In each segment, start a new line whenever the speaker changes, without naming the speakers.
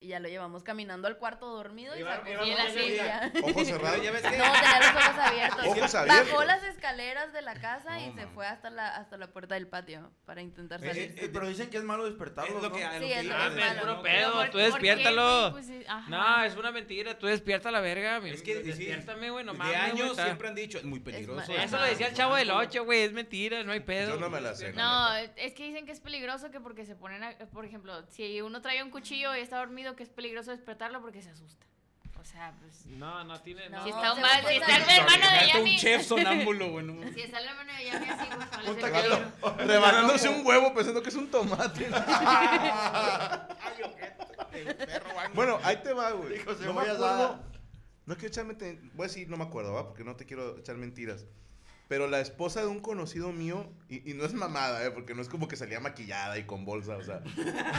Y ya lo llevamos caminando al cuarto dormido y,
Y
sacó
va- y
y
vamos
la
a
silla.
llegar.
Ojo cerrado.
Pero ya ves
No,
que-
tenía los ojos abiertos.
Ojos abiertos.
Bajó las escaleras de la casa
No,
y se
man.
fue hasta la, hasta la puerta del patio para intentar
Eh,
salir.
eh, eh, pero dicen que es malo despertarlos,
Es lo que-
¿no?
a lo
Sí,
que
es lo
iba,
que
Ah,
es
de-
malo.
puro pedo,
¿Por-
tú
por qué,
despiértalo.
güey? Pues,
No,
Ah.
ajá.
es una mentira. Tú despierta la verga. mi-
Es que decir,
despiértame, güey. No
de
mames, güey,
años
está-
siempre han dicho, es muy peligroso.
Es-
Eso lo decía el chavo del 8, güey. Es mentira, no hay pedo.
Yo no me la sé.
No, es que dicen que es peligroso que porque se ponen, a- por ejemplo, si uno trae un cuchillo y está dormido, que es peligroso despertarlo porque se asusta. O sea, pues...
No, no tiene.
No.
Si
no.
está un
se
mal,
puede
si está
saber.
el hermano de
Imagínate
Yami.
sonámbulo, güey. no.
Si está el hermano de Yami así, pues vale,
Puta
se
que
peligro.
lo- rebanándose un huevo pensando que es un tomate. bueno, ahí te va, güey.
Dijo, se
No me
voy a
acuerdo.
dar.
No quiero echarme. te- Voy a decir, no me acuerdo, ¿va? Porque no te quiero echar mentiras. Pero la esposa de un conocido mío, y, y no es mamada, ¿eh? Porque no es como que salía maquillada y con bolsa, o sea.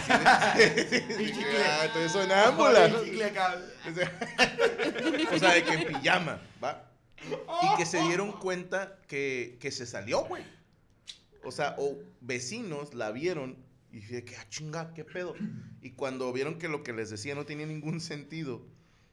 Ah, Entonces sonámbula. ¿no?
Y le acaba-
O sea, o sea, de que en pijama, ¿va? Y que se dieron cuenta que, que se salió, güey. O sea, o vecinos la vieron y dije, que ah, chinga, qué pedo. Y cuando vieron que lo que les decía no tenía ningún sentido,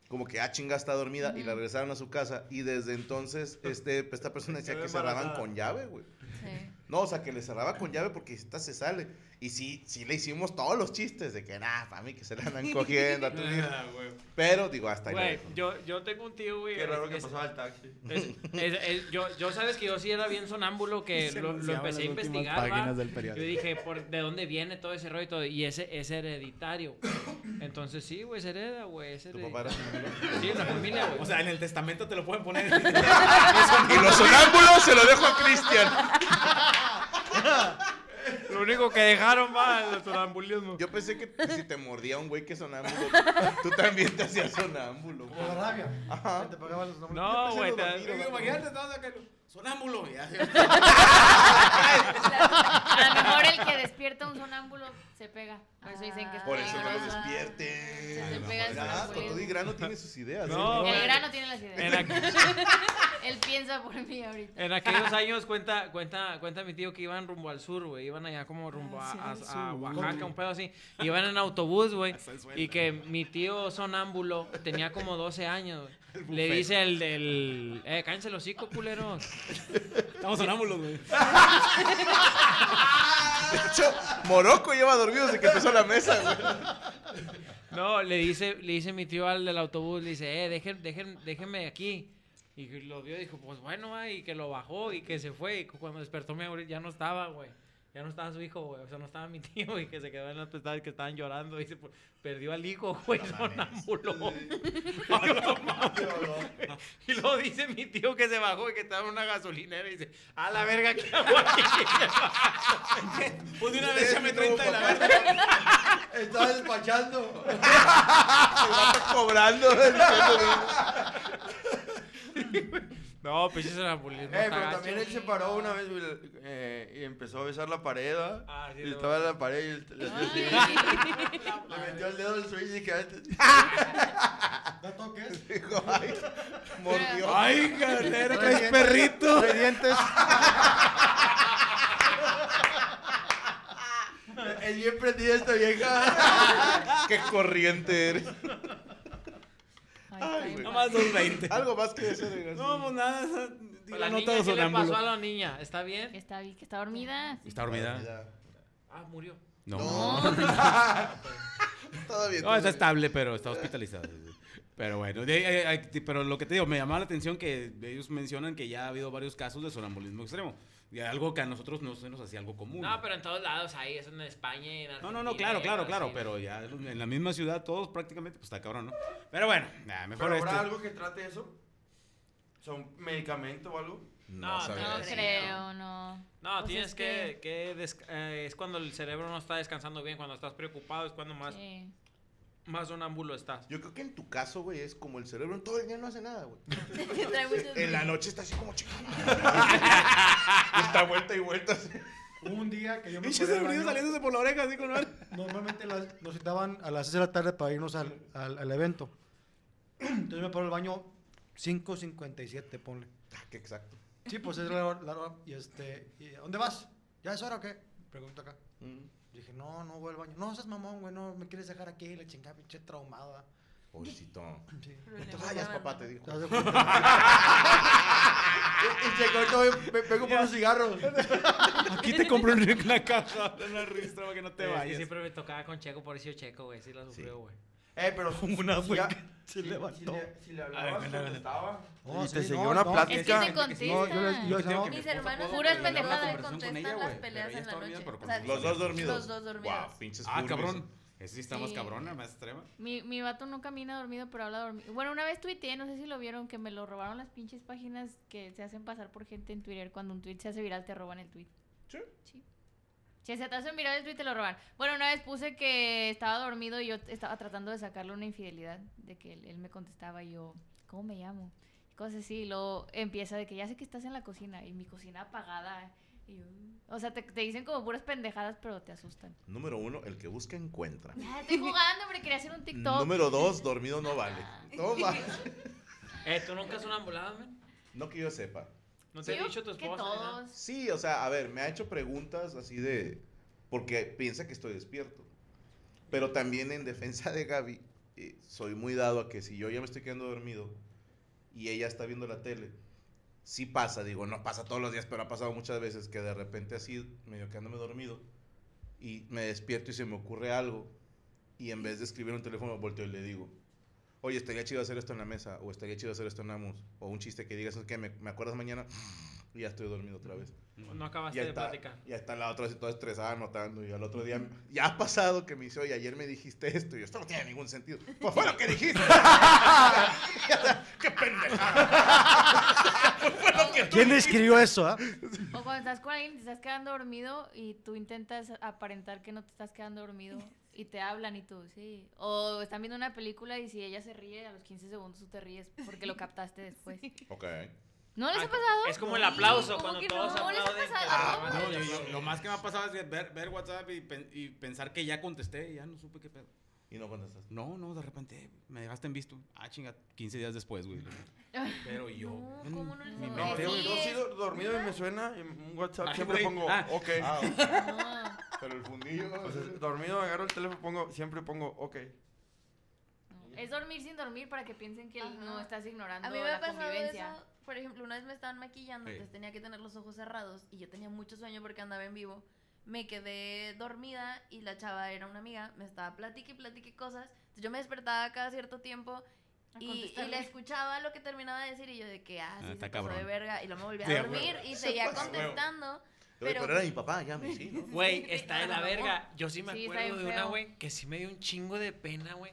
como que, ah, chinga, está dormida, y la regresaron a su casa. Y desde entonces, este, esta persona decía
quedó
que cerraban
embarazada.
con llave, güey.
Sí.
No, o sea, que le cerraba con llave porque esta se sale. Y sí, sí le hicimos todos los chistes de que, nada, para mí que se la andan cogiendo a tu hija.
Ah, güey.
Pero, digo, hasta ahí lo
Güey,
dejo.
yo, yo tengo un tío, güey.
Qué raro que
es-
pasaba el taxi.
es- es- es- yo, yo sabes que yo sí era bien sonámbulo que
Se
lo, lo empecé
anunciaban
a
las últimas
investigar. ¿va?
páginas del
Yo
periódico.
dije, ¿por, ¿de dónde viene todo ese rollo y todo? Y ese es hereditario. güey. Entonces sí, güey, se hereda, güey. Es
Tu papá
hereditario.
era
Sí, en la familia, güey.
O sea, en el testamento te lo pueden poner.
Y los sonámbulos se lo dejo a Cristian.
lo único que dejaron va el sonambulismo.
Yo pensé que si te mordía un güey que sonámbulo, tú también te hacías sonámbulo.
Como la rabia.
Ajá.
Te pagaban los nombres.
No, güey. te-
Imagínate, todos acá. Sonámbulo. ya.
A lo mejor el que despierta un sonámbulo se pega. Por eso dicen que es
Por eso no los
peligroso.
despierten.
Se pega el
Ah,
sonambulismo.
Totó Di Grano tiene sus ideas.
No,
¿eh?
güey.
El grano tiene las
En,
ideas.
aqu-
Él piensa por mí ahorita.
en aquellos años cuenta, cuenta, cuenta mi tío que iban rumbo al sur, güey. Iban allá como rumbo
Ah,
a- a, a Oaxaca, un pedo así. Iban en autobús, güey. Y que mi tío sonámbulo tenía como 12 años. güey. Le dice el del... Eh, cállense los hocico, culeros.
Estamos sonámbulos, güey.
De hecho, Morocco lleva dormido desde que empezó la mesa, güey.
No, le dice, le dice mi tío al del autobús, le dice, eh, dejen, dejen, déjenme aquí. Y lo vio y dijo, pues bueno, va, y que lo bajó y que se fue. Y cu- cuando despertó mi abuelita ya no estaba, güey. Ya no estaba su hijo, güey. O sea, no estaba mi tío y que se quedó en las pestadas que estaban llorando. Y se pu- perdió al hijo, güey, sonámbulo. Ay, no mames. y lo dice mi tío que se bajó y que estaba en una gasolinera y dice, a la verga, ¿qué hago aquí?
Pues de una vez ya me
No,
30 de la
papá.
verga.
Estaba despachando.
Se va cobrando.
No, pues ese sonámbulismo.
Eh,
está
pero
gacho.
también él se paró una vez güey, eh, y empezó a besar la pared. ¿va?
Ah, sí,
y
lo-
estaba en la pared y él- le, hacía así. Le metió el dedo al switch y dije, "Ah, este-
Digo, ay, mordió.
Ay, galera, traes
bien.
perrito.
Trae dientes. Es bien prendida esta vieja.
Qué corriente eres. Ay, güey.
Nomás 220.
Algo más que eso, de
No, pues nada. esa-
Pues
digo,
la
no
niña,
todo
¿qué le pasó a
sonámbulo.
la niña? ¿Está
Que
bien?
está, vi- que está dormida.
¿Está dormida?
Ah, murió.
No.
No.
Todo bien.
No, está
todo bien.
estable, pero está hospitalizado. sí, sí. Pero bueno, de- eh, eh, ti- pero lo que te digo, me llamaba la atención que ellos mencionan que ya ha habido varios casos de sonambulismo extremo. Y algo que a nosotros no se nos hacía algo común.
No, pero en todos lados hay, eso en España y en
No,
Argentina.
no, no, claro,
y
claro,
en
claro,
Brasil.
pero ya en la misma ciudad todos prácticamente, pues está cabrón, ¿no? Pero bueno, nah, mejor
¿Pero
este.
habrá algo que trate eso? ¿O sea, un medicamento o algo?
No,
No,
sabía
No
eso.
creo, no.
Pues, No,
Pues
tienes
es
que... que des- eh, es cuando el cerebro no está descansando bien, cuando estás preocupado, es cuando más,
Sí.
más sonámbulo estás.
Yo creo que en tu caso, güey, es como el cerebro en todo el día no hace nada, güey.
Trae muchos-
Eh, En la noche está así como chingada. está vuelta y vuelta. así.
Hubo un día que yo me
Pinches
fui al
abridos
baño.
saliéndose por la oreja, así con
Normalmente las- nos citaban a las 6 de la tarde para irnos al, al, al evento. Entonces me paro al baño 5.57, ponle.
Ah, Qué exacto.
Sí, pues es la hora. la hora, y este, y, ¿a ¿Dónde vas? ¿Ya es hora o qué? Pregunto acá.
Mm.
Dije, no, no voy al baño. No, seas mamón, güey, no, me quieres dejar aquí, la chingada, pinche traumada.
Pobrecito.
Sí.
No te vayas, papá, te digo.
¿Te das cuenta? y, y llegó, todo, me, me pego por los cigarros.
Aquí te compro un- una caja de una ristra para que no te
Es que
vayas.
siempre me tocaba con Checo, por eso Checo, güey, sí la sufrió, güey.
Eh, pero
una
si
güey
ya-
que
si- si
levantó.
le- Si le
A ver,
hablabas,
ándale, ándale.
contestaba.
No,
y te
sí,
siguió
no,
una
no.
plática.
Es que te
No, yo les, yo les- no,
Tengo que-
Mis
mi esposa
hermanas
puede
puras
tener una
pendejadas
conversación con
contestan
ella,
las
güey,
peleas
pero ella
en
está
la
dormida,
noche.
pero con
O sea,
sus
Los dos dormidos.
Los dos dormidos.
Wow, pinches
Ah,
furries.
cabrón. Esa sí está más
Sí.
cabrona, más extrema.
Mi, mi vato no camina dormido, pero habla dormido. Bueno, una vez tuiteé, no sé si lo vieron, que me lo robaron las pinches páginas que se hacen pasar por gente en Twitter. Cuando un tweet se hace viral, te roban el tweet. Sí. Si se te hacen viral el tweet, te lo roban. Bueno, una vez puse que estaba dormido y yo estaba tratando de sacarle una infidelidad. De que él, él me contestaba y yo, ¿cómo me llamo? Y cosas así. Y luego empieza de que ya sé que estás en la cocina y mi cocina apagada. Y yo, o sea, te, te dicen como puras pendejadas, pero te asustan.
Número uno, el que busca encuentra.
Ah, Estoy jugando, hombre, quería hacer un TikTok.
Número dos, dormido no vale. Toma.
Eh, ¿tú nunca has sonambulado, men?
No que yo sepa.
¿No te
Sí,
ha dicho tu esposa?
Que
ni nada?
todos.
Sí, o sea, a ver, me ha hecho preguntas así de... Porque piensa que estoy despierto. Pero también en defensa de Gaby, eh, soy muy dado a que si yo ya me estoy quedando dormido y ella está viendo la tele, sí pasa, digo, no pasa todos los días, pero ha pasado muchas veces que de repente así, medio quedándome dormido, y me despierto y se me ocurre algo, y en vez de escribir un teléfono, volteo y le digo, oye, estaría chido hacer esto en la mesa, o estaría chido hacer esto en Amos, o un chiste que digas, que me, me acuerdas mañana, y ya estoy dormido otra vez.
No acabaste
Ya
de
está,
platicar.
ya está la otra así toda estresada anotando y al otro día ya ha pasado que me dice, oye, ayer me dijiste esto y yo, esto no tiene ningún sentido. Pues fue lo que dijiste. ¡Qué pendejada!
¿Quién escribió eso? ah?
O cuando estás con alguien y te estás quedando dormido y tú intentas aparentar que no te estás quedando dormido y te hablan y tú, sí. O están viendo una película y si ella se ríe, a los 15 segundos tú te ríes porque lo captaste después.
Ok.
¿No les
Ah,
ha pasado?
Es como el aplauso
Sí, ¿cómo
cuando
que
todos
no? ¿Les ha
aplauden.
pasado?
Ah,
No,
no,
yo- yo- lo más que me ha pasado es que ver, ver WhatsApp y, pen- y pensar que ya contesté y ya no supe qué pedo.
Y no contestaste.
No, no, de repente me dejaste en visto. Ah, chinga, 15 días después, güey. Pero yo.
No, ¿cómo no les
Mm,
mi
ha
mente,
pasado?
No,
Sí,
digo, yo
es-
sí do- dormido y me suena y un WhatsApp
Ay,
siempre
güey.
pongo,
Ah.
ok.
Ah, ok. Pues
No,
pero el fundillo.
O sea, dormido agarro el teléfono, pongo, siempre pongo, ok.
no. Es dormir sin dormir para que piensen que
Ajá.
no estás ignorando
A mí me ha
la
pasado
convivencia.
eso. Por ejemplo, una vez me estaban maquillando,
Sí.
entonces tenía que tener los ojos cerrados y yo tenía mucho sueño porque andaba en vivo. Me quedé dormida y la chava era una amiga, me estaba platique y platique cosas. Entonces yo me despertaba cada cierto tiempo
A
y, y
contestarle.
le escuchaba lo que terminaba de decir y yo de que, ah, sí,
Ah, está
se pasó de
cabrón.
verga. Y luego me volví
Sí, a
a dormir
huevo.
y
Se
seguía
pasó, a huevo.
contestando.
pero,
pero-
era mi papá, ya me sí, ¿no?
Güey, está de la
Ah,
verga. Yo sí me
Sí, está
acuerdo
bien
de una,
feo.
güey, que sí me dio un chingo de pena, güey.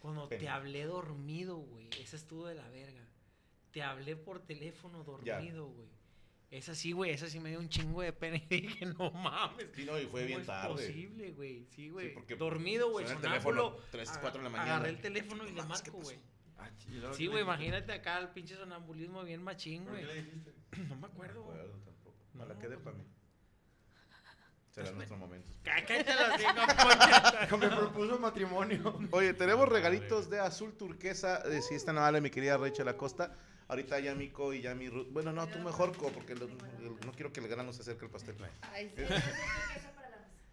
Cuando te
Pena.
hablé dormido, güey. Esa estuvo de la verga. Te hablé por teléfono
Ya.
dormido, güey. Esa sí, güey, esa sí me dio un chingo de pena. Y dije, no mames.
Sí, no, y fue
¿cómo
bien
es
tarde.
posible, güey. Sí, güey.
porque
dormido, güey.
suena el
sonámbulo.
teléfono, tres,
Aga-
cuatro de la mañana.
Agarré el teléfono y le
Mames, ¿qué
marco, güey.
Ah, ch- y luego,
Sí,
¿qué
güey,
le dijiste?
imagínate acá el pinche sonambulismo bien machín,
¿Por
güey.
qué le dijiste?
No me
No me
acuerdo, güey.
acuerdo tampoco. Me la
No,
quedé
pues
para mí. Será nuestro momento.
Cállate los hijos,
Me propuso matrimonio.
Oye, tenemos regalitos de azul turquesa. De si esta no vale, mi querida Rachel Acosta. Ahorita ya mi co y ya mi Ruth. Bueno, no, tú mejor co, porque lo- no quiero que el grano se acerque al pastel.
Ay, sí,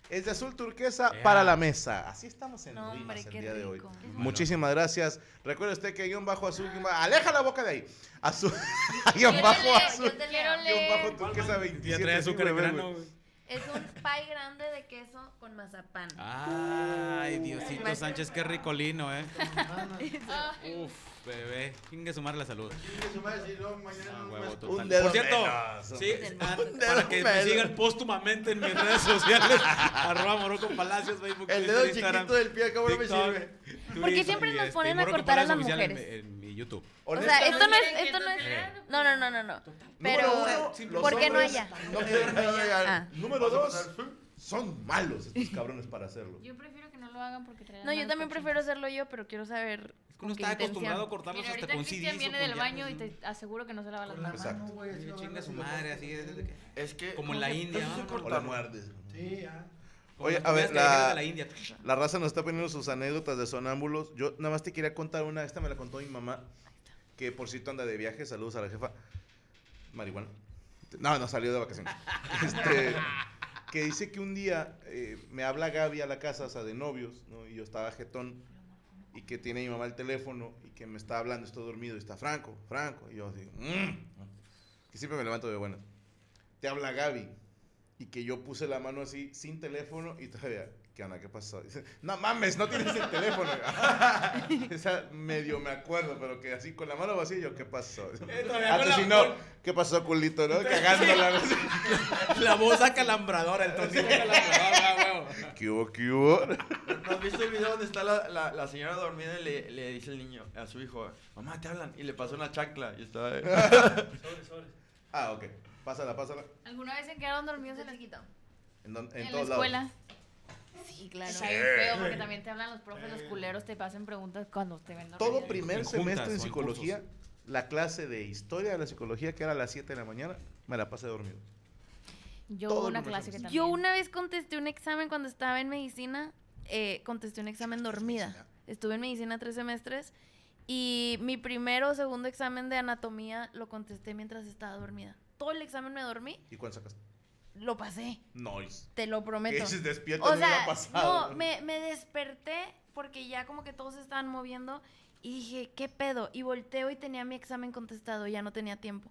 Es-
eso creo que eso
Es
para la mesa.
de azul turquesa
Ea.
para la mesa. Así estamos en
No,
rimas
hombre,
el
qué
día de hoy.
rico.
Muchísimas gracias. Recuerde usted que guión bajo azul. guión bajo- Aleja la boca de ahí. Azul. guión bajo azul.
Quiero
Guión bajo
leer.
turquesa
Ya
27.
trae
sí,
azúcar en
güey,
grano,
güey.
güey.
Es un pie grande de queso con mazapán.
Ah.
Mm.
Ay, Diosito Sánchez, qué ricolino, ¿eh?
ah,
Uf, bebé. Chingue sumar la salud.
Eso va a decir, no, mañana
Ah,
no
huevo,
más.
total.
Un dedo
Por cierto,
menos.
sí,
Un dedo
para que me
menos.
sigan póstumamente en mis redes sociales. arroba Moroco Palacios, Facebook,
El
Twitter,
dedo
Instagram,
chiquito del pie acá no me
TikTok,
sirve.
Twitter,
¿Por qué siempre
y,
nos
este,
ponen a
Moroco
cortar a las
Palacios oficial en
mujeres?
mi- En, mi YouTube.
O
Honesta-
sea, esto no es,
quieren que
esto no es.
entonces-
No, no, no, no, no.
Número
Pero,
uno, los
¿por qué no
hombres
allá?
No quieren nada.
Ah.
Número dos, son malos estos cabrones para hacerlo.
Yo prefiero que no lo hagan porque traerán
No, yo
manos
también
cochinas.
prefiero hacerlo yo, pero quiero saber.
Es que
con
uno
qué
está
intención.
acostumbrado a cortarlos
Mira,
hasta
ahorita
con
Cristian
CDs o
viene
con
del baño y
llaves.
te aseguro que no se lava las manos.
Exacto.
Sí, Chinga su madre, así es. desde que-
Es que.
Como en la India,
eso
¿no?
se
Como
O la
corta.
muerdes.
Sí, ya.
como
Oye,
las
a ver,
primeras que dejaron
la-
de la India.
La raza nos está poniendo sus anécdotas de sonámbulos. Yo nada más te quería contar una. Esta me la contó mi mamá. Que por cierto anda de viaje. Saludos a la jefa. Marihuana. No, no, salió de vacaciones. Este, que dice que un día eh, me habla Gaby a la casa, o sea, de novios, ¿no? Y yo estaba jetón. Y que tiene mi mamá el teléfono y que me está hablando, estoy dormido, y está Franco, Franco. Y yo digo, que siempre me levanto de buenas. Te habla Gaby y que yo puse la mano así, sin teléfono, y todavía, ¿qué onda? ¿Qué pasó? Dice, no mames, no tienes el teléfono. Esa medio me acuerdo, pero que así con la mano vacía, yo, ¿qué pasó?
todavía
Antes
con
si
la-
Eh, Ah, no, ¿qué pasó, culito? ¿No? Cagándola. ¿no?
La voz acalambradora, el tonito acalambrador, ah, huevo.
¿Qué hubo, qué hubo?
¿No has visto el video donde está la, la, la señora dormida y le, le dice el niño a su hijo, mamá, te hablan? Y le pasó una chancla y está.
Ah, ok. Pásala, pásala.
¿Alguna vez se quedaron
Dormidos
dormidos en
en
la,
el quito.
En, don- en
en la
todos
escuela?
lados.
Sí, claro.
Está bien
Eh.
feo porque también te hablan los profes, los culeros te hacen preguntas cuando te ven dormido.
Todo primer
En juntas
semestre
o
en
en
psicología, la clase de historia de la psicología, que era a las 7 de la mañana, me la pasé dormido.
Yo
todo
una
el
clase que
profesor.
también.
Yo una vez contesté un examen cuando estaba en medicina, eh, contesté un examen dormida. Estuve en medicina tres semestres y mi primero o segundo examen de anatomía lo contesté mientras estaba dormida. Todo el examen me dormí,
¿Y cuánto sacaste?
lo pasé,
Noise.
te lo
¿Qué
prometo.
dices? Despierta,
O
no me
sea,
ha pasado.
no, me, me desperté porque ya como que todos se estaban moviendo y dije, ¿qué pedo? Y volteo y tenía mi examen contestado, ya no tenía tiempo.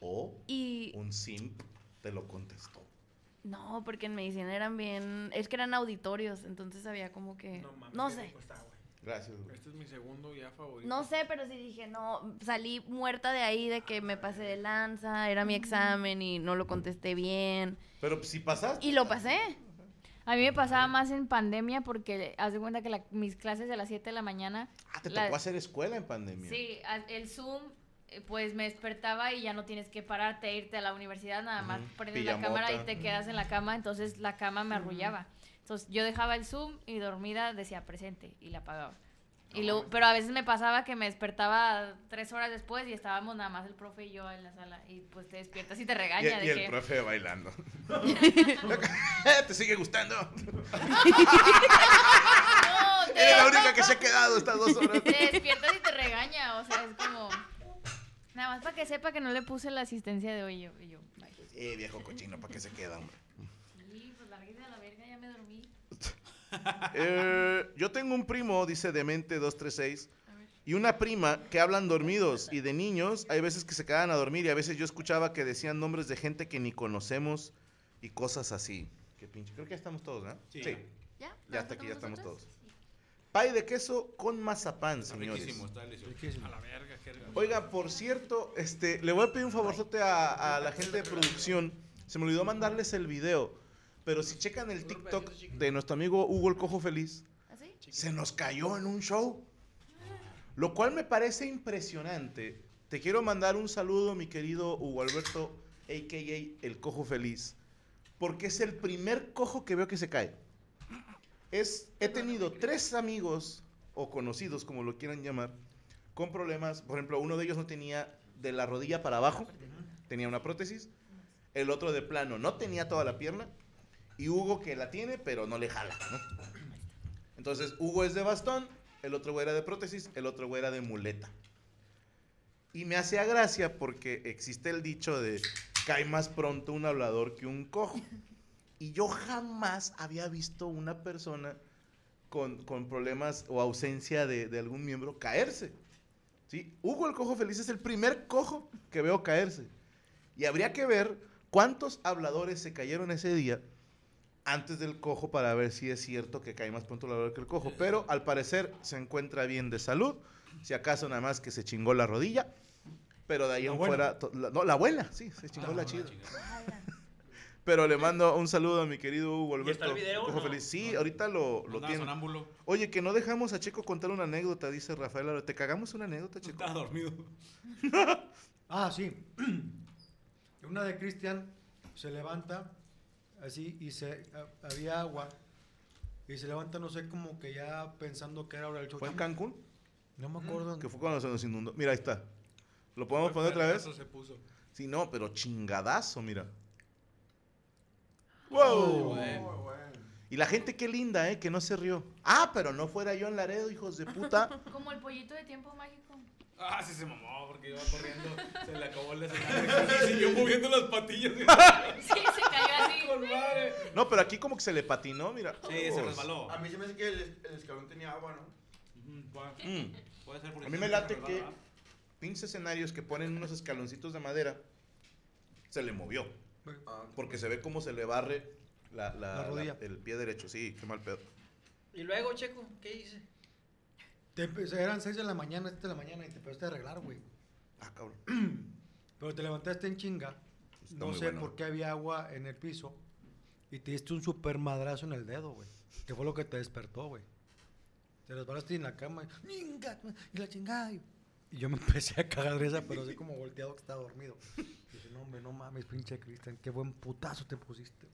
O
Y
un simp te lo contestó.
no, porque en medicina eran bien, es que eran auditorios, entonces había como que, no, sé.
Gracias, güey.
Este es mi segundo ya favorito.
No sé, pero sí dije, no, salí muerta de ahí de que me pasé de lanza, era mi examen y no lo contesté bien.
Pero si pasaste.
Y lo pasé.
A mí me pasaba más en pandemia porque haz de cuenta que la- mis clases de las 7 de la mañana.
Ah, te
la-
tocó hacer escuela en pandemia.
Sí, a- el Zoom, eh, pues me despertaba y ya no tienes que pararte, e irte a la universidad, nada más
Ujú,
prendes
pijamota.
la cámara y te quedas en la cama, entonces la cama me arrullaba. Entonces yo dejaba el Zoom y dormida decía presente y la apagaba. Y luego, pero a veces me pasaba que me despertaba tres horas después y estábamos nada más el profe y yo en la sala y pues te despiertas y te
Y,
regaña
y
de
el
que
profe bailando. ¿Te sigue gustando?
"Ah, no, te,
Eres la única que se ha quedado estas dos horas.
te despiertas y te regaña, o sea, es como nada más para que sepa que no le puse la asistencia de hoy y yo, y yo bye.
Eh, viejo cochino, ¿para qué se queda, hombre?
Sí, pues lárguese a la verga, ya me dormí.
Eh, yo tengo un primo, dice Demente236, y una prima que hablan dormidos y de niños. Hay veces que se quedan a dormir y a veces yo escuchaba que decían nombres de gente que ni conocemos y cosas así. Qué pinche. Creo que ya estamos todos, ¿no?
Sí.
Ya,
Ya hasta aquí ya estamos
nosotros?
todos. Pay de queso con mazapán,
Está
señores.
riquísimo, está delicioso.
A la verga, qué rico.
Oiga, por cierto, este, le voy a pedir un favorzote a, a la gente de producción. Se me olvidó mandarles el video. Pero si checan el TikTok de nuestro amigo Hugo el Cojo Feliz,
¿Así?
se nos cayó en un show. Lo cual me parece impresionante. Te quiero mandar un saludo, mi querido Hugo Alberto, a.k.a. El Cojo Feliz. Porque es el primer cojo que veo que se cae. Es, he tenido tres amigos, o conocidos, como lo quieran llamar, con problemas. Por ejemplo, uno de ellos no tenía de la rodilla para abajo, tenía una prótesis. El otro de plano no tenía toda la pierna. Y Hugo que la tiene, pero no le jala. ¿no? Entonces, Hugo es de bastón, el otro güey era de prótesis, el otro güey era de muleta. Y me hacía gracia porque existe el dicho de cae más pronto un hablador que un cojo. Y yo jamás había visto una persona con, con problemas o ausencia de, de algún miembro caerse. ¿sí? Hugo el Cojo Feliz es el primer cojo que veo caerse. Y habría que ver cuántos habladores se cayeron ese día antes del cojo para ver si es cierto que cae más pronto la verdad que el cojo. Pero al parecer se encuentra bien de salud. Si acaso nada más que se chingó la rodilla. Pero de ahí en
abuela.
fuera. to- la- no, la abuela, sí, se
Ah,
chingó la chida. Pero le mando un saludo a mi querido Hugo
¿Y está
Alberto.
el video o
Cojo
no? Ah. Pues
Feliz. Sí, ahorita lo, lo
Andaba
tiene.
sonámbulo.
Oye, que no dejamos a Checo contar una anécdota, dice Rafael. Aro. Te cagamos una anécdota, Checo.
Estaba dormido.
Ah, sí. Una de Cristian se levanta así y se a- había agua. Y se levanta, no sé, como que ya pensando que era hora del show.
¿Fue en Cancún?
No me acuerdo.
Que fue cuando se nos inundó. Mira, ahí está. ¿Lo podemos poner otra vez?
se puso.
Sí, no, pero chingadazo, mira.
¡Wow!
Y la gente qué linda, ¿eh? Que no se rió. Ah, pero no fuera yo en Laredo, hijos de puta.
Como el pollito de tiempo mágico.
Ah, sí se mamó porque iba corriendo. se le acabó el escenario. y siguió moviendo las patillas.
Sí, se cayó así.
con madre.
No, pero aquí como que se le patinó, mira. Oh.
Sí, se resbaló.
A mí se me hace que el, el escalón tenía agua, ¿no?
Ujú, puede-
Mm.
puede ser porque
A mí
se
me late
resbaló,
que
¿verdad?
pinches escenarios que ponen unos escaloncitos de madera, se le movió. Porque se ve cómo se le barre la, la-
La rodilla.
el pie derecho. Sí, qué mal pedo.
Y luego, Checo, ¿qué hice?
Te empe- eran 6 de la mañana, 7 de la mañana y te empezaste a arreglar, güey.
Ah, cabrón.
Pero te levantaste en chinga.
Está
No
muy
sé
bueno.
por qué había agua en el piso. Y te diste un super madrazo en el dedo, güey. Que fue lo que te despertó, güey. Te resbalaste en la cama. y, "Ninga tu ma-", Y la chingada. Y y yo me empecé a cagar de risa, pero así como volteado que estaba dormido. Dije, no, hombre, no mames, pinche Cristian. Qué buen putazo te pusiste.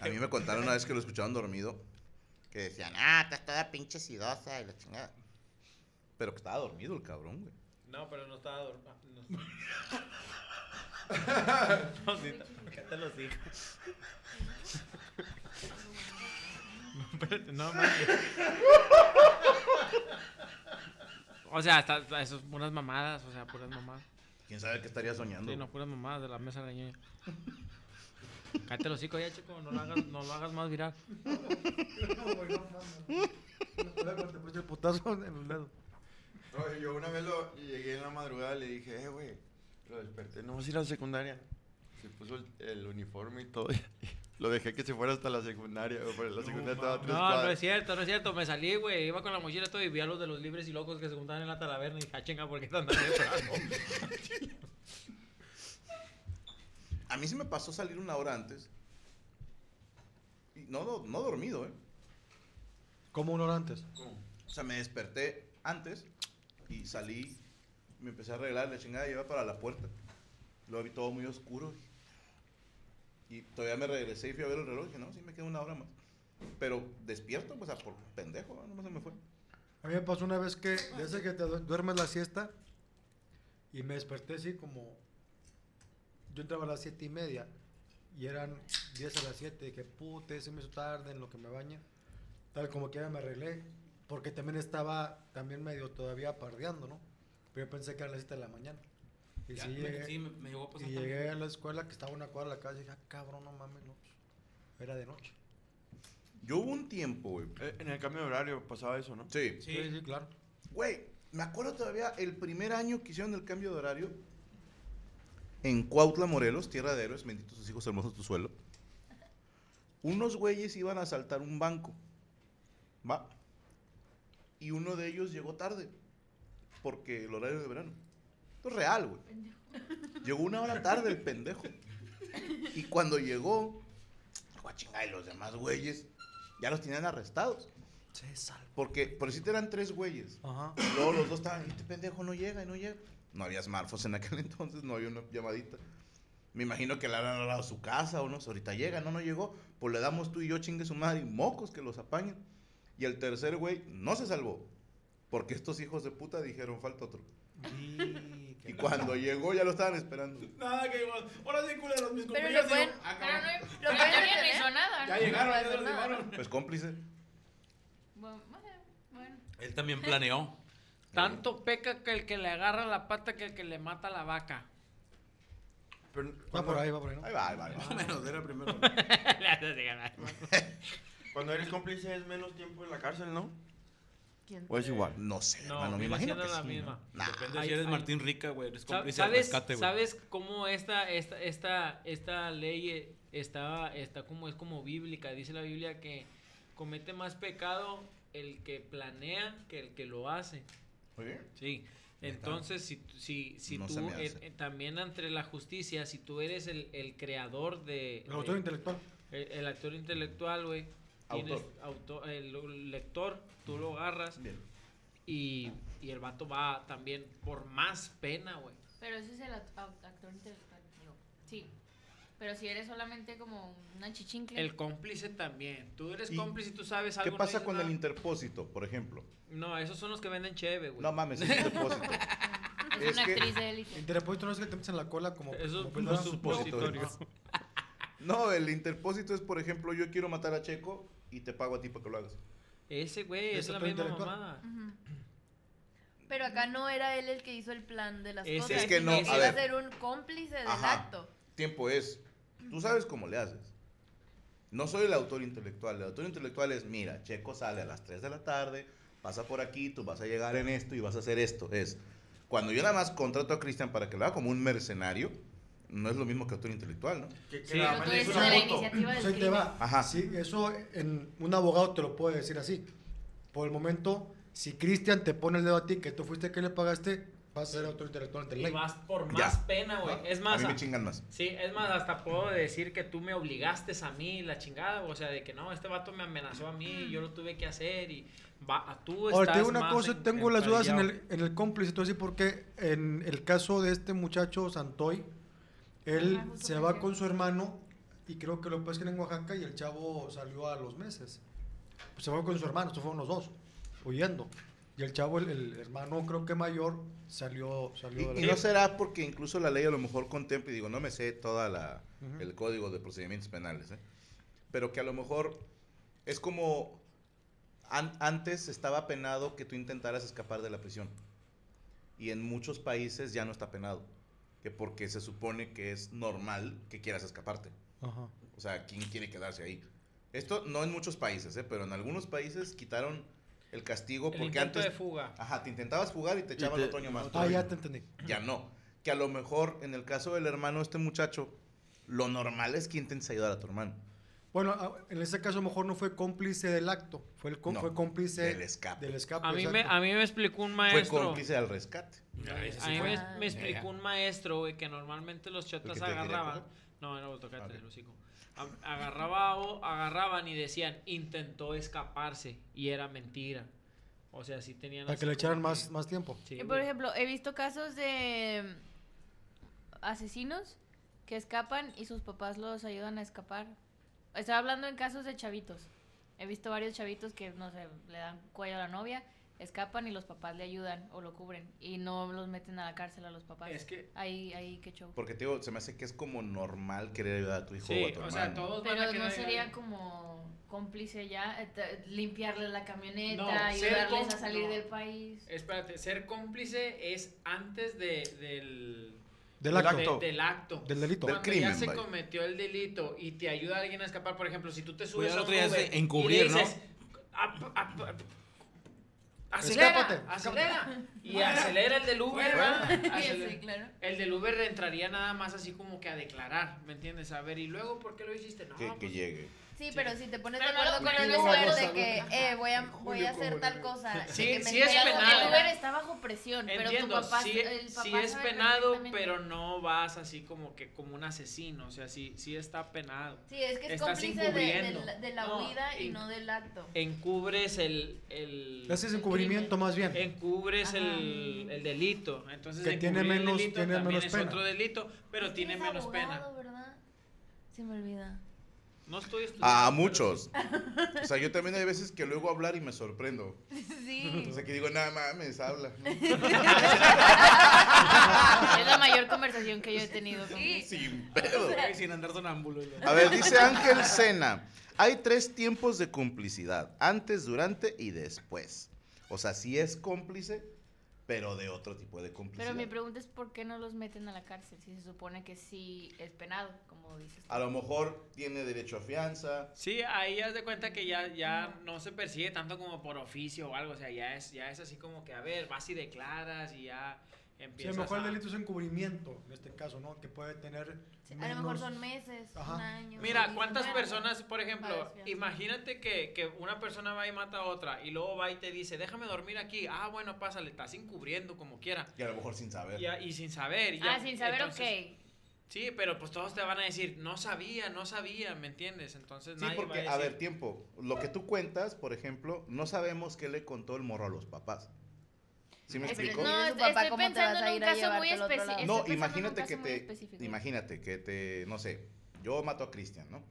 A mí me contaron una vez que lo escucharon dormido, que decían, ah, estás toda pinche sidosa y la chingada. Pero que estaba dormido el cabrón, güey.
No, pero no estaba dormido. No, sí, acá te los digo. Espérate, no, mames. O sea, está, está- eso es puras mamadas, o sea, puras mamadas.
¿Quién sabe qué estaría soñando?
Sí, no, puras mamadas de la mesa de la ñoña. Cállate los hocico ya, chico, no lo hagas, no lo hagas más viral.
No, güey, no mames. Cuando te puse el putazo en el dedo.
Oye, yo una vez lo llegué en la madrugada y le dije, eh, güey, lo desperté, no vas a ir a la secundaria. Se puso el, el uniforme y todo. y lo dejé que se fuera hasta la secundaria, güey, porque la secundaria estaba a tres
No, no es
cuadras.
cierto, no es cierto. Me salí, güey. Iba con la mochila y todo y vi a los de los libres y locos que se juntaban en la talaverna y dije, ah, chinga, ¿por qué están tan lejos?
A mí se me pasó salir una hora antes. Y no, no, no dormido, ¿eh?
Como una hora antes.
O sea, me desperté antes y salí, me empecé a arreglar la chingada y iba para la puerta. Lo vi todo muy oscuro. Y todavía me regresé y fui a ver el reloj y dije, no, sí me queda una hora más. Pero despierto, pues, a por pendejo, ¿no? nomás se me fue.
A mí me pasó una vez que, desde que te du- duermes la siesta, y me desperté así como. Yo entraba a las siete y media, y eran 10 a las 7, dije, pute, se me hizo tarde en lo que me baña. Tal como que ya me arreglé, porque también estaba, también medio todavía pardeando, ¿no? Pero yo pensé que era las 7 de la mañana. Y
Ya,
sí
me-
llegué,
sí, me, me llegó a pasar.
y
también.
llegué a la escuela, que estaba a una cuadra de la casa, y dije, ah, cabrón, no mames, no. Era de noche.
Yo hubo un tiempo, güey.
Eh, en el cambio de horario pasaba eso, ¿no?
Sí.
Sí.
sí, claro.
Güey, me acuerdo todavía el primer año que hicieron el cambio de horario en Cuautla, Morelos, tierra de héroes, benditos tus hijos, hermosos tu suelo. Unos güeyes iban a asaltar un banco. Va. Y uno de ellos llegó tarde. Porque el horario de verano. Esto es real, güey. Llegó una hora tarde el pendejo. Y cuando llegó, dijo, "Ah, chingada, y los demás güeyes ya los tenían arrestados.
Se salva.
Porque, por si te eran tres güeyes.
Ajá.
Y luego los dos estaban, este pendejo no llega y no llega. No había smartphones en aquel entonces, no había una llamadita. Me imagino que le habrán hablado a su casa o no, si ahorita llega, no, no llegó. Pues le damos tú y yo chingue su madre y mocos que los apañen. Y el tercer güey no se salvó. Porque estos hijos de puta dijeron, falta otro. Y cuando llegó ya lo estaban esperando.
Nada que igual. Ahora sí, culeros, mis
Pero
compañeros.
lo pueden.
digo, ah,
Pero
cabrón.
no, lo
Pero
pueden
todavía no
detener.
hizo nada, ¿no?
Ya llegaron, ya
No
los
hizo nada.
llevaron.
Pues cómplice.
Bueno, bueno, bueno.
Él también planeó.
Tanto peca que el que le agarra la pata que el que le mata la vaca.
Pero,
Va
cuando,
por ahí, va por ahí, ¿no?
Ahí va, ahí va. ahí va.
Más o menos, era primero.
cuando eres cómplice es menos tiempo en la cárcel, ¿no?
¿Quién?
O es
Eh,
igual.
No sé,
No,
hermano, me
viene
imagino
siendo
que
la
sí,
misma.
¿no? Nah.
Depende
Ay,
si eres
ay.
Martín Rica, güey. Eres
Sa-
cómplice de
¿Sabes,
rescate, güey.
¿Sabes cómo esta, esta, esta, esta ley eh, está, está como, es como bíblica. Dice la Biblia que comete más pecado el que planea que el que lo hace. Sí. Entonces, si, tú- si, si
No se
tú,
me hace.
eh, eh, también entre la justicia, si tú eres el, el creador de...
El autor
de-
intelectual.
el, el actor intelectual, güey, tienes auto- el, el lector, tú lo agarras
Bien.
y, y el vato va también por más pena, güey.
Pero eso es el act- act- actor intelectual, digo. Sí. Pero si eres solamente como una chichincle.
El cómplice también. Tú eres
¿Y
cómplice y tú sabes algo.
¿Qué
no
pasa
dices
con el
nada.
interpósito, por ejemplo?
No, esos son los que venden cheve, güey.
No mames, el interpósito.
es,
es
una
que-
actriz de élite.
Interpuesto no es que te metes en la cola como.
Eso pues, es
como
un
pelota.
supositorio.
No, el interpósito es, por ejemplo, yo quiero matar a Checo y te pago a ti para que lo hagas.
Ese, güey, es
Ese
la
actor
misma
intelectual.
mamada.
Ujú. Pero acá no era él el que hizo el plan de las
Ese-
cosas.
Es que
sino
no,
que
a
iba a
ver.
ser un cómplice del
Ajá.
acto.
Tiempo es. Tú sabes cómo le haces. No soy el autor intelectual. El autor intelectual es, mira, Checo sale a las 3 de la tarde, pasa por aquí, tú vas a llegar en esto y vas a hacer esto. Es, cuando yo nada más contrato a Cristian para que lo haga como un mercenario, no es lo mismo que autor intelectual, ¿no?
Que, que
Sí.
la
Pero tú
manera-
eres
es
de
una
la
moto.
iniciativa del
Pues ahí te
crimen.
va.
Ajá.
Sí, eso en un abogado te lo puede decir así. Por el momento, si Cristian te pone el dedo a ti que tú fuiste que le pagaste, vas a ser autor intelectual ante la
Y
ley.
vas por
Ya. Ah,
más pena, Ah, güey. Es más,
a mí
a-
me chingan más.
Sí, es más, hasta puedo decir que tú me obligaste a mí, la chingada, o sea, de que no, este vato me amenazó a mí, yo lo tuve que hacer y va, a tú
Ahora,
estás
te digo una
más
cosa,
en-
tengo las dudas en el,
encadillado.
en el cómplice, te voy a decir por qué. En el caso de este muchacho Santoy, él
Ajá, justo
se va
pensé.
con su hermano y creo que lo pescan en Oaxaca y el chavo salió a los meses. Pues se fue con su hermano, estos fueron los dos, huyendo. Y el chavo, el, el hermano creo que mayor, salió,
Y,
salió de
y
la
no será porque incluso la ley a lo mejor contempla, y digo, no me sé toda la, el código de procedimientos penales, ¿eh? pero que a lo mejor es como an- antes estaba penado que tú intentaras escapar de la prisión. Y en muchos países ya no está penado, que porque se supone que es normal que quieras escaparte.
Ajá.
O sea, ¿quién quiere quedarse ahí? Esto no en muchos países, ¿eh? pero en algunos países quitaron el castigo
el
porque
intento
antes...
de fuga.
Ajá, te intentabas fugar y te echaban
te-
otoño más.
Ah, ya te entendí.
Ya no. Que a lo mejor en el caso del hermano de este muchacho, lo normal es que intentes ayudar a tu hermano.
Bueno, a- en ese caso a lo mejor no fue cómplice del acto, fue, el, co-
No,
fue cómplice
del escape.
del escape,
A mí, me,
exacto.
a mí me explicó un
pues Fue
maestro,
cómplice al rescate.
a mí me,
Ah.
me explicó un maestro, güey, que normalmente los
que
chotas
te quería
agarraban,
coger?
no, no, tocate
Ok.
el hocico. A- agarraba o agarraban y decían, intentó escaparse y era mentira. O sea, sí tenían...
Para
así
que le
como
echaran
que-
más, más tiempo.
Sí,
Y, por
güey.
ejemplo, he visto casos de mm, asesinos que escapan y sus papás los ayudan a escapar. Estaba hablando en casos de chavitos. He visto varios chavitos que, no sé, le dan cuello a la novia, escapan y los papás le ayudan o lo cubren y no los meten a la cárcel a los papás.
Es que-
Ahí, ahí, qué show.
Porque te digo, se me hace que es como normal querer ayudar a tu hijo
Sí,
o a tu
o
hermano.
sea, todos van a
Pero no
querer-
sería como cómplice ya, eh, t- limpiarles la camioneta,
No, ser
ayudarles a
cómplice,
salir
no.
del país.
Espérate, ser cómplice es antes de- del,
Del
de-
acto.
del acto.
Del delito.
Del
Cuando
crimen,
ya se
vaya.
cometió el delito y te ayuda alguien a escapar, por ejemplo, si tú te subes
Cuidado,
a un
otro ya es
Uber
de encubrir,
y le dices, "Ap- ap- ap- Acelera,
Escápate,
acelera. Y acelera el del Uber. ¿verdad? Acelera.
Sí, claro.
El del Uber entraría nada más así como que a declarar, ¿me entiendes? A ver, y luego, ¿por qué lo hiciste? No,
Que, que
pues,
llegue.
Sí, pero si te pones de
Pero no lo-
acuerdo con
pero
el
no es
Uber
acuerdo.
de que eh, voy, a, voy a hacer
como
tal
no.
cosa. de
Sí,
que me
sí es
espero
Pero
penal.
que
el
Uber
Uber
es-
está bajo presión, pero tu
Entiendo,
papá,
sí,
el papá
sí es
sabe
penado,
perfectamente.
pero no vas así como que como un asesino, o sea, sí, sí está penado.
Sí, es que es
Estás
cómplice de, de
encubriendo.
la, de la
No,
huida y
en-
no del acto.
Encubres el... el
Ese es encubrimiento más bien.
encubres
Ajá.
el, el delito. Entonces,
Que tiene
encubrir el
menos-
delito
tiene
también
menos
es
pena.
otro delito, pero tiene
Eres
menos
abogado,
pena.
¿verdad? Se me olvida.
No estoy estudiando,
A
pero
muchos. O sea, yo también hay veces que luego hablar y me sorprendo.
Sí.
O sea, que digo, nada mames, habla.
Es la mayor conversación que yo he tenido con
Sin pedo.
Sin andar sonámbulo. y la-
A ver, dice Ángel Sena. Hay tres tiempos de complicidad: antes, durante y después. O sea, sí es cómplice, pero de otro tipo de complicidad.
Pero mi pregunta es por qué no los meten a la cárcel si se supone que sí es penado, como dices. tú.
A lo mejor tiene derecho a fianza.
Sí, ahí haz de cuenta que ya, ya no se persigue tanto como por oficio o algo, o sea, ya es, ya es así como que, a ver, vas y declaras y ya,
Si a
empiezas
lo mejor el
a-
delito es encubrimiento, en este caso, ¿no? Que puede tener.
Sí, A lo mejor
menos-
son meses,
Ajá.
un año.
Mira,
y-
¿cuántas
bueno,
personas, por ejemplo,
varios días.
imagínate que, que una persona va y mata a otra y luego va y te dice, déjame dormir aquí? Ah, bueno, pásale, estás encubriendo como quiera.
Y a lo mejor sin saber.
Y, a- y sin saber. y
Ah,
ya-
sin saber,
entonces-
ok.
Sí, pero pues todos te van a decir, no sabía, no sabía, ¿me entiendes? Entonces
Sí,
nadie va
porque,
a
a
decir,
ver, tiempo. Lo que tú cuentas, por ejemplo, no sabemos qué le contó el morro a los papás. ¿Sí me
Es que
explico?
no,
No,
Dile a
es-
tu papá
estoy
cómo te vas
pensando
a
en un
ir a
caso muy
llevarte al otro lado.
específico.
No,
estoy pensando en un
imagínate que
caso muy
te.
específico.
Imagínate que te. No sé. Yo mato a Cristian, ¿no?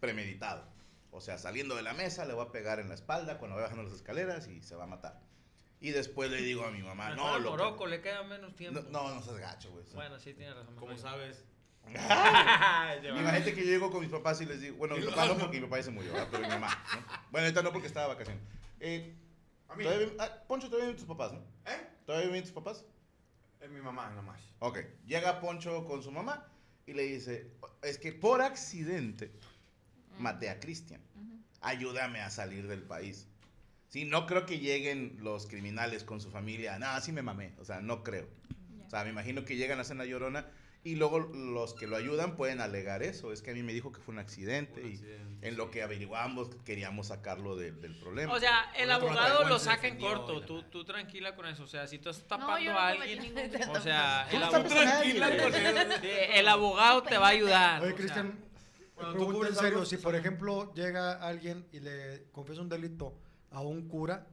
Premeditado. O sea, saliendo de la mesa, le voy a pegar en la espalda cuando vaya bajando las escaleras y se va a matar. Y después le digo a mi mamá,
mejor
ah, no,
al
lo. que-
Morocco le queda menos tiempo.
No, no, no seas gacho, güey.
Bueno, sí, tienes razón.
¿Cómo
sabes?
sabes?
Imagínate que yo llego con mis papás y les digo, bueno, mi papá no porque mi papá ya se murió, ¿verdad? pero mi mamá. ¿no? Bueno, ahorita no porque estaba de vacaciones. Eh,
A mí,
todavía vi- ah, Poncho, todavía viven tus papás, ¿no?
¿eh?
¿Todavía viven tus papás?
Es mi mamá nomás.
Ok, llega Poncho con su mamá y le dice, es que por accidente maté a Cristian, ayúdame a salir del país. Sí, no creo que lleguen los criminales con su familia, no, sí me mamé, o sea, no creo. O sea, me imagino que llegan, hacen la llorona y luego los que lo ayudan pueden alegar eso, es que a mí me dijo que fue un accidente,
Un
y
accidente,
en lo que averiguamos queríamos sacarlo del- del problema.
O sea, el
Otro
abogado
atacó,
lo
se
saca en
defendió y
corto.
la
Tú,
madre.
tú tranquila con eso. O sea, si tú estás
No,
tapando
yo no
a
cometí
alguien.
ningún
O sea,
Tú
el
no
abogado,
tapes a nadie,
Tranquila
güey.
con eso.
sí, el abogado te va a ayudar.
Oye,
o sea.
Cristian,
Cuando tú
pregunta en
cubres
serio,
algo,
si por ejemplo llega alguien y le confiesa un delito a un cura,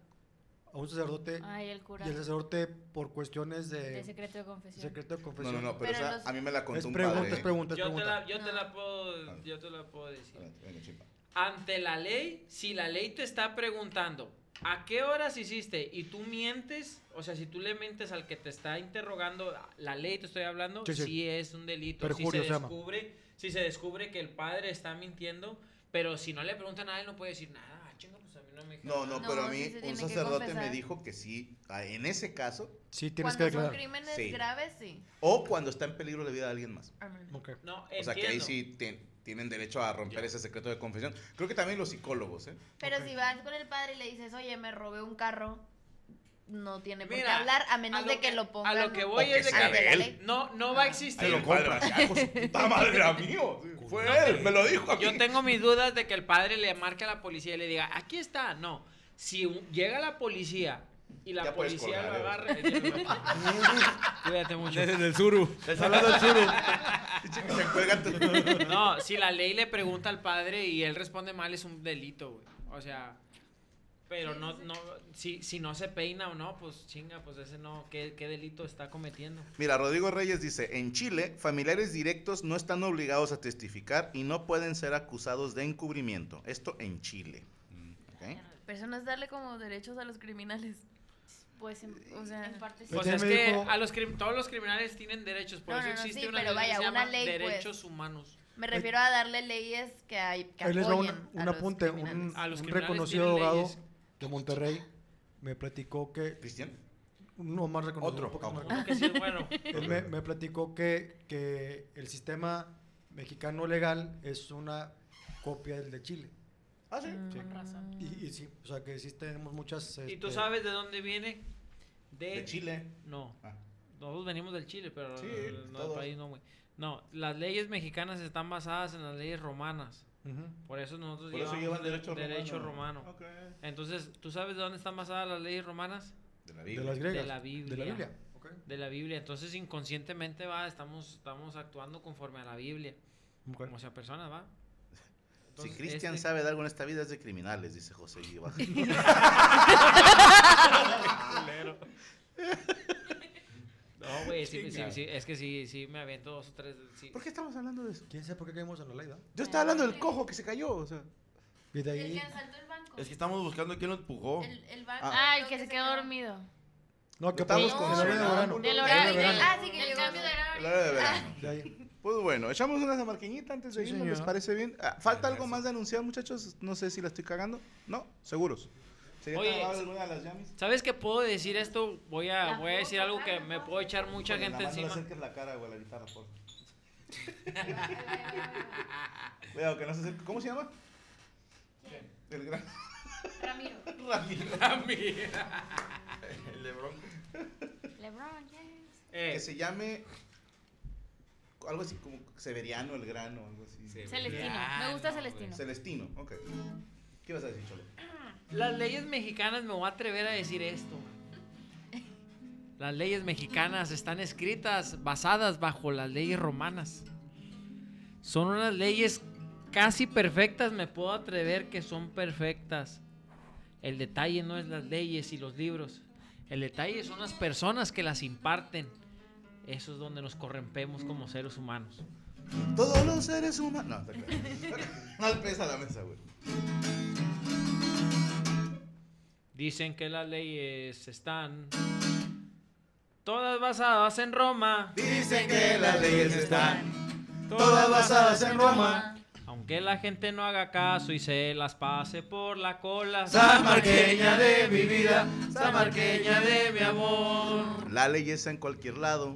a un sacerdote,
Ah,
Ay, el cura.
y el sacerdote por cuestiones
De
de
secreto de confesión.
secreto de
No,
confesión.
no, no, pero,
Pero
esa
los-
a mí me
pues,
la contó
Es
un
pregunta,
padre.
es pregunta, es
Yo te,
pregunta.
la, yo, te la puedo,
Ah.
yo te la puedo decir.
Adelante, venga, chimpa.
Ante la ley, si la ley te está preguntando a qué horas hiciste y tú mientes, o sea, si tú le mientes al que te está interrogando, la ley te estoy hablando,
Sí,
sí,
sí.
es un delito.
Perjurio
si
se
se
llama.
descubre, si se descubre que el padre está mintiendo, pero si no le preguntan a él, no puede decir nada. Ah, chinga, pues a mí no me dijeron
No, no,
No,
pero a
sí
mí
se
un
tiene que
sacerdote me
confesar.
dijo que sí, ah, en ese caso,
Sí, tienes que
Cuando
declarar.
son crímenes
Sí.
graves, sí.
o cuando está en peligro la vida de alguien más.
Ok.
No,
O sea, que ahí
entiendo.
sí te- tienen derecho a romper
Ya.
ese secreto de confesión. Creo que también los psicólogos, ¿eh?
Pero
Ok.
si vas con el padre y le dices, oye, me robé un carro, no tiene por qué
Mira,
hablar a menos
a lo
de que,
que- a
lo
lo
pongan. Ah.
que
O
voy Oye,
que
es de
sea
que-
de él.
No, no va a
Te
existir.
lo compras. puta madre era mío. Sí, Fue él, me lo dijo a mí.
Yo tengo mis dudas de que el padre le marque a la policía y le diga, aquí está. No, si un- llega la policía y la
Ya puedes
policía lo
colgar, eh.
agarra... Cuídate mucho.
Desde el suru.
Se cuelga tu-
No, si la ley le pregunta al padre y él responde mal es un delito, güey. O sea, pero no, no, si, si no se peina o no, pues chinga, pues ese no, ¿qué, qué delito está cometiendo?
Mira, Rodrigo Reyes dice, en Chile, familiares directos no están obligados a testificar y no pueden ser acusados de encubrimiento. Esto en Chile.
Mm.
¿ok?
Pero eso no es darle como derechos a los criminales.
Pues, en-
O sea,
en parte sí.
O
Pues
sea, es
ya me
que
dijo-
a los crim- todos los criminales tienen derechos, por
No,
eso
no, no,
existe
sí,
una,
pero
ley que
vaya,
se
una
llama
ley, pues.
derechos humanos.
me refiero a darle leyes que hay que
Ahí les va un,
apoyen
un
a los
apunte. Un,
criminales.
A los
un
criminales
reconocido
tienen
abogado
leyes.
de Monterrey me platicó que.
Cristian.
Uno más reconocido.
Otro, Ah,
un poquito
ok.
más
Uno que sí es bueno.
Él Pues me, me platicó que, que el sistema mexicano legal es una copia del de Chile.
Ah, sí.
Sí. Y, y sí, o sea que sí tenemos muchas...
Mm. ¿Y tú
este,
sabes de dónde viene? De,
De Chile.
No,
Ah.
nosotros venimos del Chile, pero
Sí,
no, del
todos.
país no, güey. No, las leyes mexicanas están basadas en las leyes romanas.
ujú.
Por eso nosotros
Por eso llevan
de-
derecho romano.
romano.
Ok.
Entonces, ¿tú sabes de dónde están basadas las leyes romanas?
De la
De
Biblia.
las griegas.
De la Biblia.
De la Biblia. ok.
De la Biblia. Entonces, inconscientemente va, estamos, estamos actuando conforme a la Biblia.
Ok.
Como sea personas, va.
Si
Entonces,
Cristian
este-
sabe de algo en esta vida es de criminales, dice José Guiva.
No, güey, sí,
Chinga.
sí, sí, es que sí, sí, me aviento dos o tres. sí.
¿Por qué estamos hablando de eso?
¿Quién sabe por qué caímos en la ley, ¿verdad?
Yo estaba hablando del cojo que se cayó, o sea.
Y de
El
ahí...
que asaltó el banco.
Es que estamos buscando quién lo empujó.
El, el banco.
Ah, el
creo
que se quedó dormido.
No, que
Estamos
estamos
con
con el horario de verano.
Del
El
horario.
horario.
del-
Ah, sí que
del
llegó,
cambio
¿no?
de
El
horario.
horario de verano.
De ahí.
Pues bueno, echamos unas marquiñitas antes de
Sí,
irnos,
señor.
¿les parece bien? Ah, ¿Falta algo más de anunciar, muchachos? No sé si la estoy cagando. No, seguros. ¿Sería
Oye,
tan amable alguna de las llamis?
¿Sabes qué puedo decir esto? Voy a,
La
voy a decir algo que
foto,
me
la
puedo echar mucha
Con la
gente
mano le
encima.
acerques la cara, güey, a la guitarra, por favor. Cuidado, que no se acerque. ¿Cómo se llama? El gran
Ramiro.
Ramiro.
A mí.
El de Bronco.
Le LeBron James.
Que
Eh,
se llame algo así como Severiano el Grano, algo así.
Celestino.
Ah,
Me gusta
no, güey.
Celestino.
Celestino, ok. ¿Qué vas a decir, Cholo?
Las leyes mexicanas me voy a atrever a decir esto. Las leyes mexicanas están escritas basadas bajo las leyes romanas. Son unas leyes casi perfectas, me puedo atrever que son perfectas. El detalle no es las leyes y los libros. El detalle son las personas que las imparten. Eso es donde nos corrompemos como seres humanos.
Todos los seres humanos. No, está claro. Mal pesa la mesa, güey.
Dicen que las leyes están todas basadas en Roma.
Dicen que las leyes están todas basadas en Roma.
Aunque la gente no haga caso y se las pase por la cola.
San Marqueña de mi vida, San
Marqueña de mi amor.
La ley está en cualquier lado,